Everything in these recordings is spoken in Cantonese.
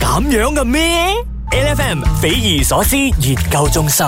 咁樣嘅咩？L F M 匪夷所思研究中心。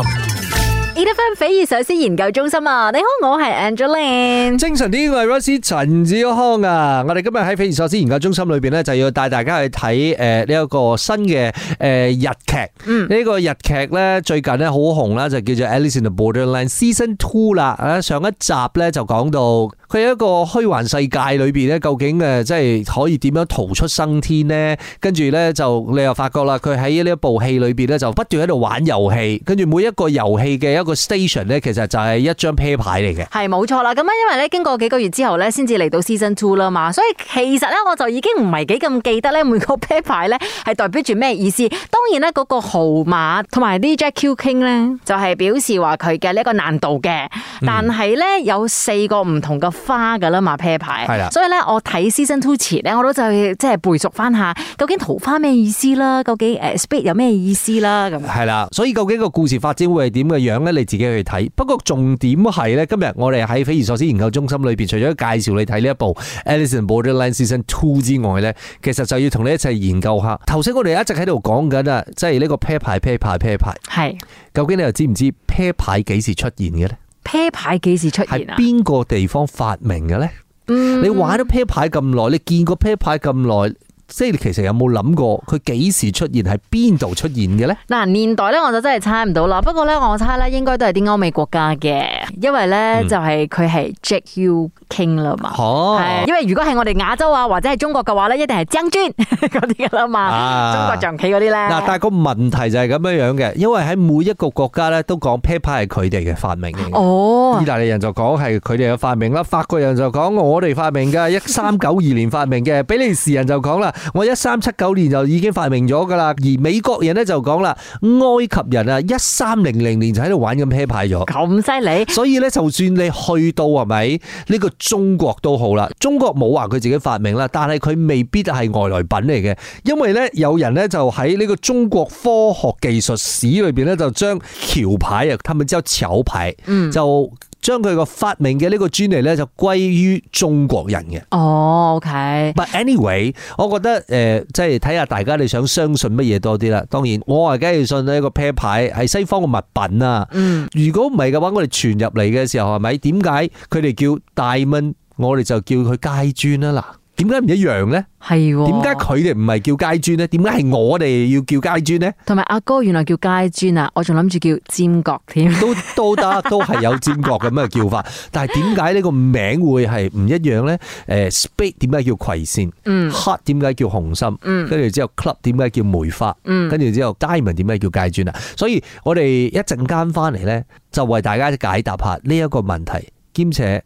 e d f m 匪夷所思研究中心啊！你好，我係 Angeline。精神啲，我係 Rosie 陳志康啊！我哋今日喺匪夷所思研究中心裏邊咧，就要帶大家去睇誒呢一個新嘅誒、呃日劇。嗯呢個日劇咧最近咧好紅啦，就叫做《Alice in the Borderland Season Two》啦。啊，上一集咧就講到佢喺一個虛幻世界裏邊咧，究竟誒即係可以點樣逃出生天呢？跟住咧就你又發覺啦，佢喺呢一部戲裏邊咧就不斷喺度玩遊戲，跟住每一個遊戲嘅一個 station 咧，其實就係一張啤牌嚟嘅。係冇錯啦，咁啊，因為咧經過幾個月之後咧，先至嚟到 Season Two 啦嘛，所以其實咧我就已經唔係幾咁記得咧每個 pair 牌咧係代表住咩意思。當然咧嗰個號碼同埋呢 Jack Q King 咧就係表示話佢嘅呢一個難度嘅，嗯但係咧有四個唔同嘅花噶啦嘛 pair 牌，係啦所以咧我睇 Season Two 前咧我都就去即係背熟翻下究竟桃花咩意思啦，究竟誒 Spade 有咩意思啦咁。系啦，所以究竟個故事發展會係點嘅樣呢？你自己去睇。不過重點係呢，今日我哋喺匪夷所思研究中心裏边，除咗介紹你睇呢一部《Alice in Borderland Season Two》之外呢，其實就要同你一齊研究下。頭先我哋一直喺度講緊啊，即係呢個 pair 牌、pair 牌、pair 牌，係究竟你又知唔知 pair 牌幾時出現嘅呢？啤牌幾時出係現啊？邊個地方發明嘅呢？嗯你玩咗 pair 牌咁耐，你見過 pair 牌咁耐，即係你其實有冇諗過佢幾時出現？喺邊度出現嘅呢？嗱，年代咧我就真係猜唔到啦，不過咧我猜咧應該都係啲歐美國家嘅，因為咧嗯就係佢係 Jack U King 啦嘛。哦係，因為如果係我哋亞洲啊，或者係中國嘅話咧，一定係將軍 嗰啲噶啦嘛，啊中國象棋嗰啲咧。嗱，但係個問題就係咁樣樣嘅，因為喺每一個國家咧都講 pair 牌係佢哋嘅發明嚟嘅。哦意，大利人就講係佢哋嘅發明啦，法國人就講我哋發明嘅，一三九二年發明嘅，比利時人就講啦，我一三七九年就已經發明咗㗎啦，而美國人咧就講啦，埃及人啊一三零零年就喺度玩緊 pair 牌咗。咁犀利，所以咧，就算你去到係咪呢個中國都好啦，中國冇話佢自己發明啦，但係佢未必係外來品嚟嘅，因為咧有人咧就喺呢個中國科學技術史裏邊咧就將橋牌啊，他們叫橋牌，嗯，就將佢個發明嘅呢個專利咧就歸於中國人嘅。哦，OK， But anyway，我覺得誒、呃即係睇下大家你想相信乜嘢多啲啦。當然，我係啊梗係要信呢一個 pair 牌係西方嘅物品啊啦。嗯，如果唔係嘅話，我哋傳入嚟嘅時候係咪？點解佢哋叫大蚊，我哋就叫佢階磚啦？嗱，點解唔一樣呢？係喎。點解佢哋唔係叫階磚呢？點解係我哋要叫階磚呢？同埋阿哥原來叫街磚啊，我仲諗住叫尖角 添。都都得，都係有尖角咁嘅叫法。但係點解呢個名會係唔一樣呢？誒，spade 點解叫葵扇嗯？heart 點解叫紅心？嗯跟住之後 club 點解叫梅花？嗯，跟住之後 diamond 點解叫戒磚啊？所以我哋一陣間翻嚟呢，就為大家解答下呢一個問題，兼且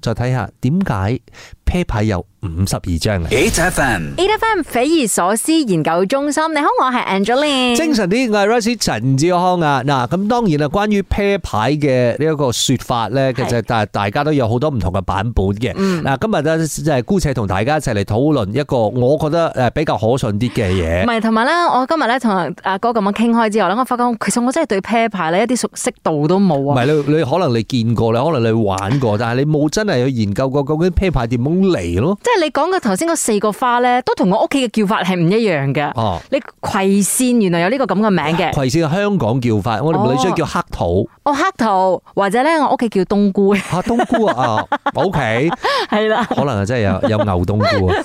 再睇下點解啤牌有五十二張啊嘅。 H F M e d f m 匪夷所思研究中心，你好，我係 Angeline。精神啲，我係 Rosie 陳志康啊！嗱，咁當然啦，關於啤牌嘅呢一個說法呢，其實大大家都有好多唔同嘅版本嘅。嗯嗱，今日咧即係姑且同大家一齊嚟討論一個我覺得誒比較可信啲嘅嘢唔。係，同埋咧，我今日咧同阿哥咁樣傾開之後咧，我發覺其實我真係對 pair 牌咧一啲熟悉度都冇唔啊。係你你可能你見過，你可能你玩過，但係你冇真係去研究過究竟啤牌點樣嚟咯。即係你講嘅頭先嗰四個花咧，都同我屋企嘅叫法係唔一樣嘅。哦，你葵扇原來有呢個咁嘅名嘅，啊葵扇係香港叫法，我哋唔理將叫黑 土、我黑桃或者咧我屋企叫冬菇， 啊冬菇啊啊，OK，係啦，可能啊真係有有牛冬菇啊。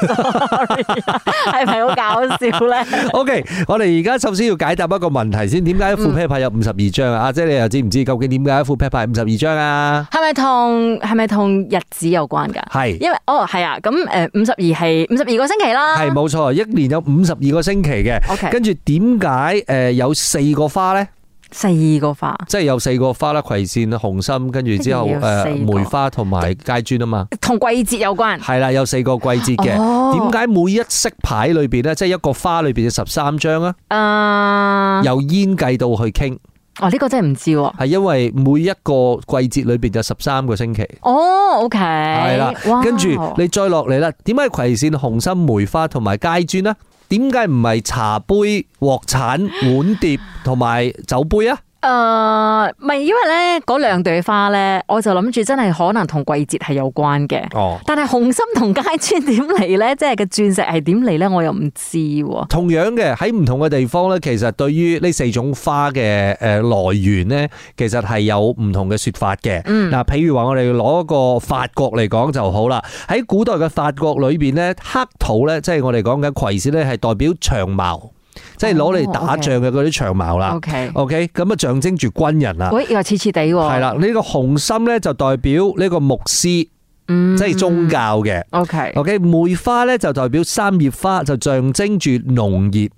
係咪好搞笑咧？ OK，我哋而家首先要解答一個問題先，點解一副啤嗯牌有五十二張啊？阿姐你又知唔知究竟點解一副啤牌五十二張啊？係咪同係咪同日子有關㗎？係。因為哦係啊，咁誒五十二係五十二個星期啦。係冇錯，一年有五十二個星期嘅， OK，跟住點解诶有四個花呢？四個花，即係有四個花啦，葵扇、紅心，跟住之後跟住有誒四個梅花同埋階磚啊嘛，同季節有關。係啦，有四個季節嘅。哦點解每一色牌裏邊咧，即係一個花裏邊嘅十三張啊？誒由煙計到去傾，呃哦，呢個真係唔知喎。係因為每一個季節裏邊有十三個星期。哦，OK，係係啦，跟住你再落嚟啦，點解葵扇、紅心、梅花同埋階磚呢？點解唔係茶杯、鍋鏟、碗碟同埋酒杯啊？诶、呃唔係因為咧嗰兩朵花咧，我就諗住真係可能同季節係有關嘅。哦，但係紅心同階磚點嚟咧，即係個鑽石係點嚟咧，我又唔知喎。同樣嘅喺唔同嘅地方咧，其實對於呢四種花嘅誒來源咧，其實係有唔同嘅説法嘅。嗱、譬如話我哋攞個法國嚟講就好啦。喺古代嘅法國裏邊咧，黑土咧，即係我哋講緊葵絲咧，係代表長矛，即係攞嚟打仗嘅嗰啲長矛啦 O。K， OK，咁啊象徵住軍人啦。喂，又係似似地喎。係啦，呢、個紅心咧就代表呢個牧師，嗯，即係宗教嘅。 O K， OK，梅花咧就代表三葉花，就象徵住農業。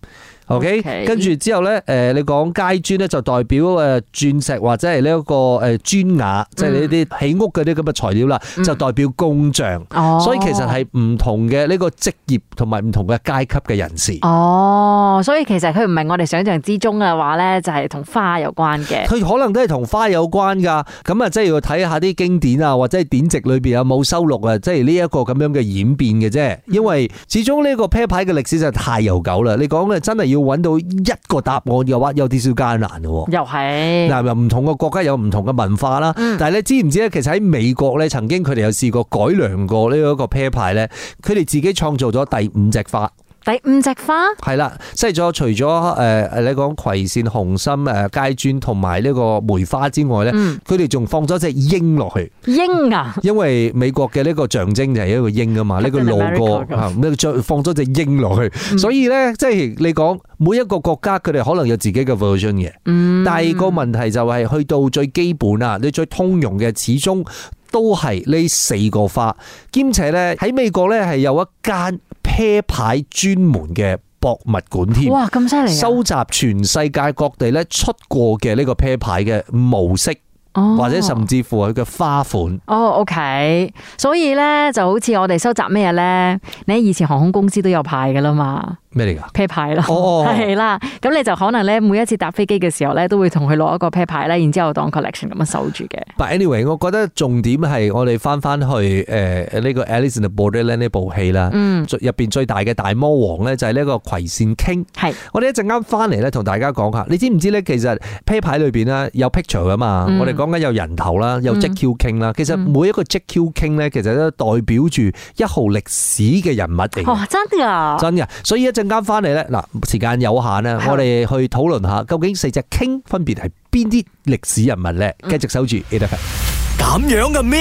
OK OK，跟住之後咧，誒你講階磚咧就代表誒鑽石或者係呢一個誒磚瓦，即係呢啲起屋嗰啲咁嘅材料啦，就代表工匠。哦，所以其實係唔同嘅呢個職業同埋唔同嘅階級嘅人士。哦，所以其實佢唔係我哋想象之中嘅話咧，就係同花有關嘅。佢可能都係同花有關㗎，咁啊，即係要睇下啲經典啊，或者係典籍裏邊有冇收錄啊，即係呢一個咁樣嘅演變嘅啫。因為始終呢個 pair 牌嘅歷史就太悠久啦，你講嘅真係要揾到一個答案嘅話，有啲少艱難嘅喎。又係嗱，又唔同嘅國家有唔同嘅文化啦，但係你知唔知咧？其實喺美國咧，曾經佢哋有試過改良過呢一個 pair 牌咧，佢哋自己創造咗第五隻花。第五隻花，係啦，即係咗除咗誒誒你講葵扇、紅心、誒階磚同埋呢個梅花之外咧，嗯，佢哋仲放咗隻鷹落去，鷹啊，因為美國嘅呢個象徵就係一個鷹啊嘛，呢個 Captain 路 America 咁嗯過啊，咁就放咗隻鷹落去，所以咧即係你講每一個國家佢哋可能有自己嘅 version 嘅，嗯，但係個問題就係去到最基本啊，你最通用嘅始終都係呢四個花，兼且咧喺美國咧係有一間啤牌專門嘅博物館添。哇咁犀利啊收集全世界各地咧出過嘅呢個啤牌嘅模式，哦或者甚至乎佢嘅花款。哦，OK，所以咧就好似我哋收集咩咧，你以前航空公司都有派噶啦嘛，咩嚟噶？啤牌咯，哦係啦，咁你就可能咧每一次搭飛機嘅時候咧，都會同佢攞一個啤牌咧，然之後當 collection 咁樣守住嘅。 But anyway，我覺得重點係我哋翻翻去誒呢個《Alice in the Borderland》呢部戲啦，嗯，最入邊最大嘅大魔王咧就係呢個葵扇 King。係我哋一陣間翻嚟咧，同大家講下，你知唔知咧？其實啤牌裏邊咧有 picture 噶嘛，嗯我哋講緊有人頭啦，有嗯 JQ King 啦。其實每一個 JQ King 咧，其實都代表住一號歷史嘅人物嚟嘅。哦，真噶，真嘅，所以一陣間翻嚟咧，嗱時間有限咧，係我哋去討論下究竟四隻 King 分別係邊啲歷史人物咧？嗯繼續守住 A F M。咁樣嘅咩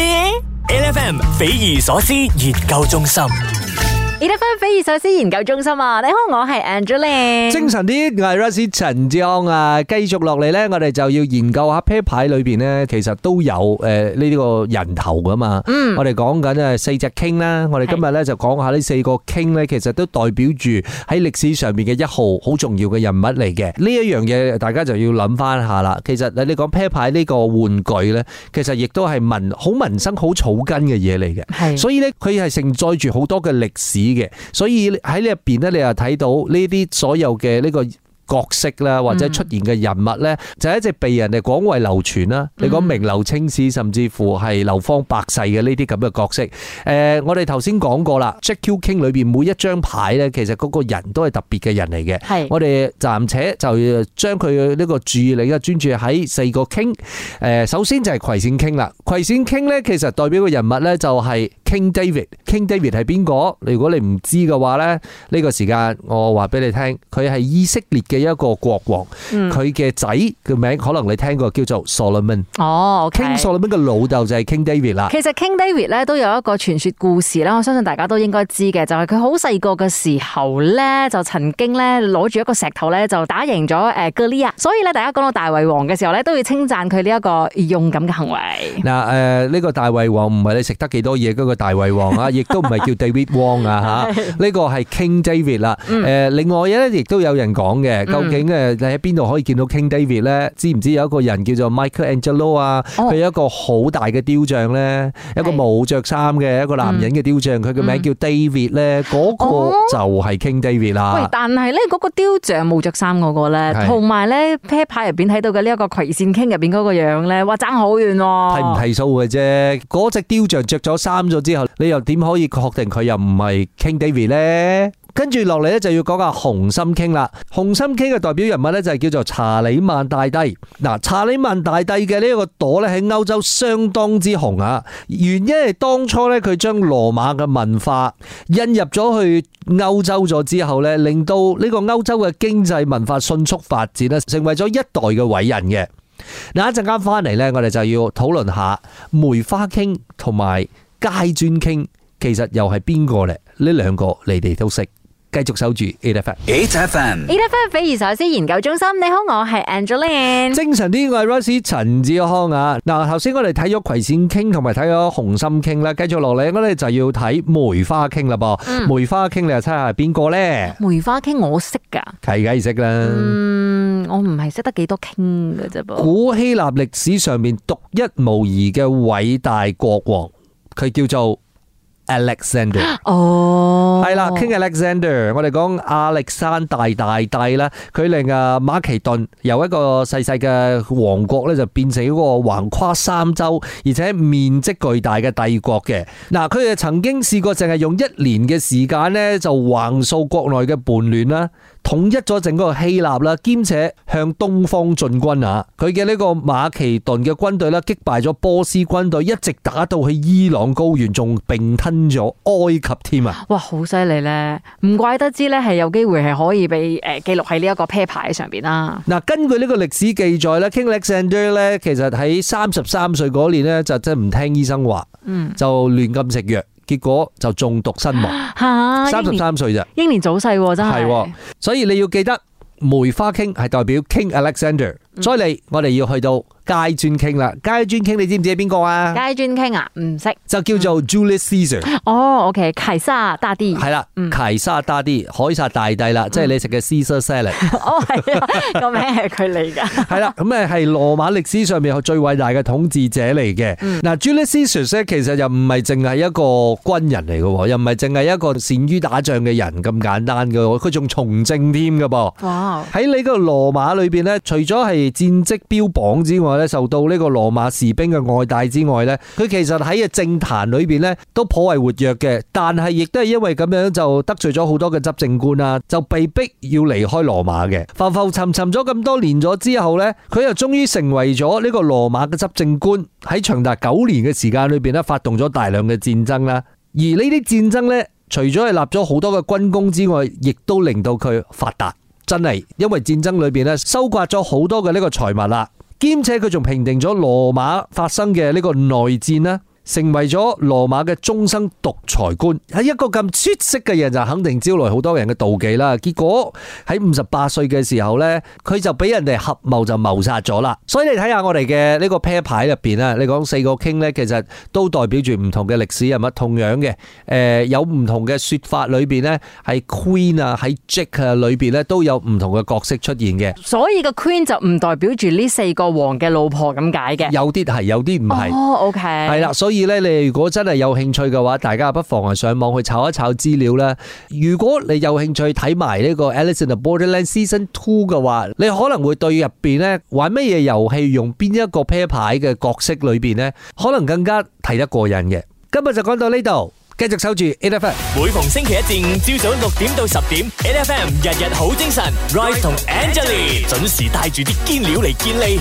？L F M 匪夷所思研究中心， e d f 匪夷所思研究中心啊，你好，我係 Angeline，精神啲，我係 Rusty 陳志昂啊！繼續落嚟咧，我哋就要研究下啤牌裏邊咧，其實都有誒呢個人頭噶嘛。嗯我哋講緊誒四隻 King 啦，我哋今日咧就講下呢四個 King 咧，其實都代表住喺歷史上面嘅一號好重要嘅人物嚟嘅。呢一樣嘢大家就要諗翻下啦。其實你你講啤牌呢個玩具咧，其實亦都係民好民生好草根嘅嘢嚟嘅。係所以咧，佢係承載住好多嘅歷史嘅，所以喺呢入邊咧，你又睇到呢啲所有嘅呢個。角色啦，或者出現嘅人物咧，就係一直被人哋廣為流傳啦。你講名流青史，甚至乎係流芳百世嘅呢啲咁嘅角色。誒、我哋頭先講過啦，Jack King 裏邊每一張牌咧，其實嗰個人都係特別嘅人嚟嘅。係我哋暫且就將佢呢個注意力啊，專注喺四個傾。誒，首先就係葵扇傾啦。葵扇傾咧，其實代表嘅人物咧就係 King David。King David 係邊個？如果你唔知嘅話咧，呢個時間我話俾你聽，佢係以色列嘅一個國王。嗯佢嘅仔嘅名可能你聽過，叫做 Solomon。哦，OK King Solomon 嘅老豆就係 King David 啦。其實 King David 咧都有一個傳說故事啦，我相信大家都應該知嘅，就係佢好細個嘅時候咧，就曾經咧攞住一個石頭咧就打贏咗誒哥利亞，所以咧大家講到大衛王嘅時候咧，都要稱讚佢呢一個勇敢嘅行為。嗱，誒呢個大胃王唔係你食得幾多嘢嗰個大胃王 啊，亦都唔係叫 David Wong 啊嚇，呢個係 King David 啦。嗯誒，另外咧亦都有人講嘅，究竟誒你喺邊度可以見到 King David 咧？知唔知有一個人叫做 Michael Angelo 啊？哦佢有一個好大嘅雕像咧，一個係嗯冇着衫嘅一個男人嘅雕像，佢嘅名叫 David 咧，嗰個就係 King David 哦喂啦，。但係咧嗰個雕像冇着衫嗰個咧，係同埋咧啤牌入邊睇到嘅呢一個葵扇 King 入邊嗰個樣咧，哇爭好遠喎！剃唔剃鬚嘅啫，嗰只雕像着咗衫咗之後，你又點可以確定佢又唔係 King David 咧？跟住落嚟咧就要講下紅心 King 啦。紅心 King 嘅代表人物咧就係叫做查理曼大帝。嗱，查理曼大帝嘅呢一個朵咧喺歐洲相當之紅啊。原因係當初咧佢將羅馬嘅文化引入咗去歐洲咗之後咧，令到呢個歐洲嘅經濟文化迅速發展咧，成為咗一代嘅偉人嘅。嗱，一陣間翻嚟咧，我哋就要討論下梅花傾同埋階磚傾，其實又係邊個咧？呢兩個你哋都識，繼續守住 A F M。 8FM, e d f 匪夷所思研究中心，你好，我係 Angeline。精神啲，我係 Rosie 陳志康啊！嗱，頭先我哋睇咗葵扇傾同埋睇咗紅心傾啦，繼續落嚟我哋就要睇梅花傾啦噃。梅花傾你又猜下係邊個咧？梅花傾我識㗎，係梗係識啦。嗯，我唔係識得幾多傾㗎啫噃。古希臘歷史上面獨一無二嘅偉大國王，佢叫做 Alexander。哦，系啦，King Alexander，我哋講亞歷山大大帝啦，佢令啊馬其頓由一個細細嘅王國咧，就變成一個橫跨三洲，而且面積巨大嘅帝國嘅。嗱，佢哋曾經試過淨係用一年嘅時間咧，就橫掃國內嘅叛亂啦，統一咗整個希臘啦，兼且向東方進軍啊！佢嘅呢個馬其頓嘅軍隊啦，擊敗咗波斯軍隊，一直打到去伊朗高原，仲並吞咗埃及添啊！哇，好犀利咧！唔怪得知咧，係有機會係可以被诶記錄喺呢一個 pair 牌上边啦。嗱，根據呢個歷史記載咧，King Alexander 咧，其實喺三十三歲嗰年咧，就真係唔聽醫生話，嗯，就亂咁食藥，結果就中毒身亡。吓，英三十啊年三歲咋，英年早逝喎，真係係喎。所以你要記得梅花傾係代表 King Alexander。再嗯嚟，我哋要去到階磚傾啦。階磚傾你知唔知係邊個啊？街磚傾啊，唔識。就叫做 Julius Caesar。哦，OK，凱撒大 帝。係啦，嗯凱撒大帝，凱撒大帝啦，即係你食嘅 Caesar salad。哦，係啊，個名係佢嚟㗎。 系啦，咁誒係羅馬歷史上面最偉大嘅統治者嚟嘅。嗱、Julius Caesar 咧，其實又唔係淨係一個軍人嚟嘅喎，又唔係淨係一個善於打仗嘅人咁簡單嘅喎，佢仲從政添嘅噃。哇，喺呢個羅馬裏邊咧，除咗係戰績標榜之外咧，受到呢個羅馬士兵嘅愛戴之外咧，佢其實喺嘅政壇裏邊咧都頗為活躍嘅，但係亦都係因為咁樣就得罪咗好多嘅執政官啊，就被逼要離開羅馬嘅。浮浮沉沉咗咁多年咗之後咧，佢又終於成為咗呢個羅馬嘅執政官，喺長達九年嘅時間裏邊咧，發動咗大量嘅戰爭啦。而呢啲戰爭咧，除咗係立咗好多嘅軍功之外，亦都令到佢發達。真係因為戰爭裏邊咧，收刮咗好多嘅呢個財物啦，兼且佢仲平定咗羅馬發生嘅呢個內戰啦。啊成為咗羅馬嘅終生獨裁官，喺一個咁出色嘅人就肯定招來好多人嘅妒忌啦。結果喺五十八歲嘅時候呢，佢就俾人哋合謀就謀殺咗啦。所以你睇下我哋嘅呢個 pair 牌入邊啊，你講四個 king 呢，其實都代表住唔同嘅歷史人物，同樣嘅。誒、有唔同嘅説法裏邊呢，喺 Queen 啊，喺 Jack 啊裏邊呢，都有唔同嘅角色出現嘅，所以個 Queen 就唔代表住呢四個王嘅老婆咁解嘅。有啲係，有啲唔係。哦，OK。係係啦，，所以呢，你如果真係有興趣嘅話，大家不妨係上網去查一查資料啦。如果你有興趣睇埋呢個《Alice in the Borderland Season Two》嘅話，你可能會對入邊呢玩乜嘢遊戲，用邊一個 pair 牌嘅角色裏邊呢，可能更加睇得過癮嘅。今日就講到呢度，繼續守住 A F M。每逢星期一至五朝早六點到十點，N F M 日日好精神，Rise 同 Angelie 準時帶住啲堅料嚟健利。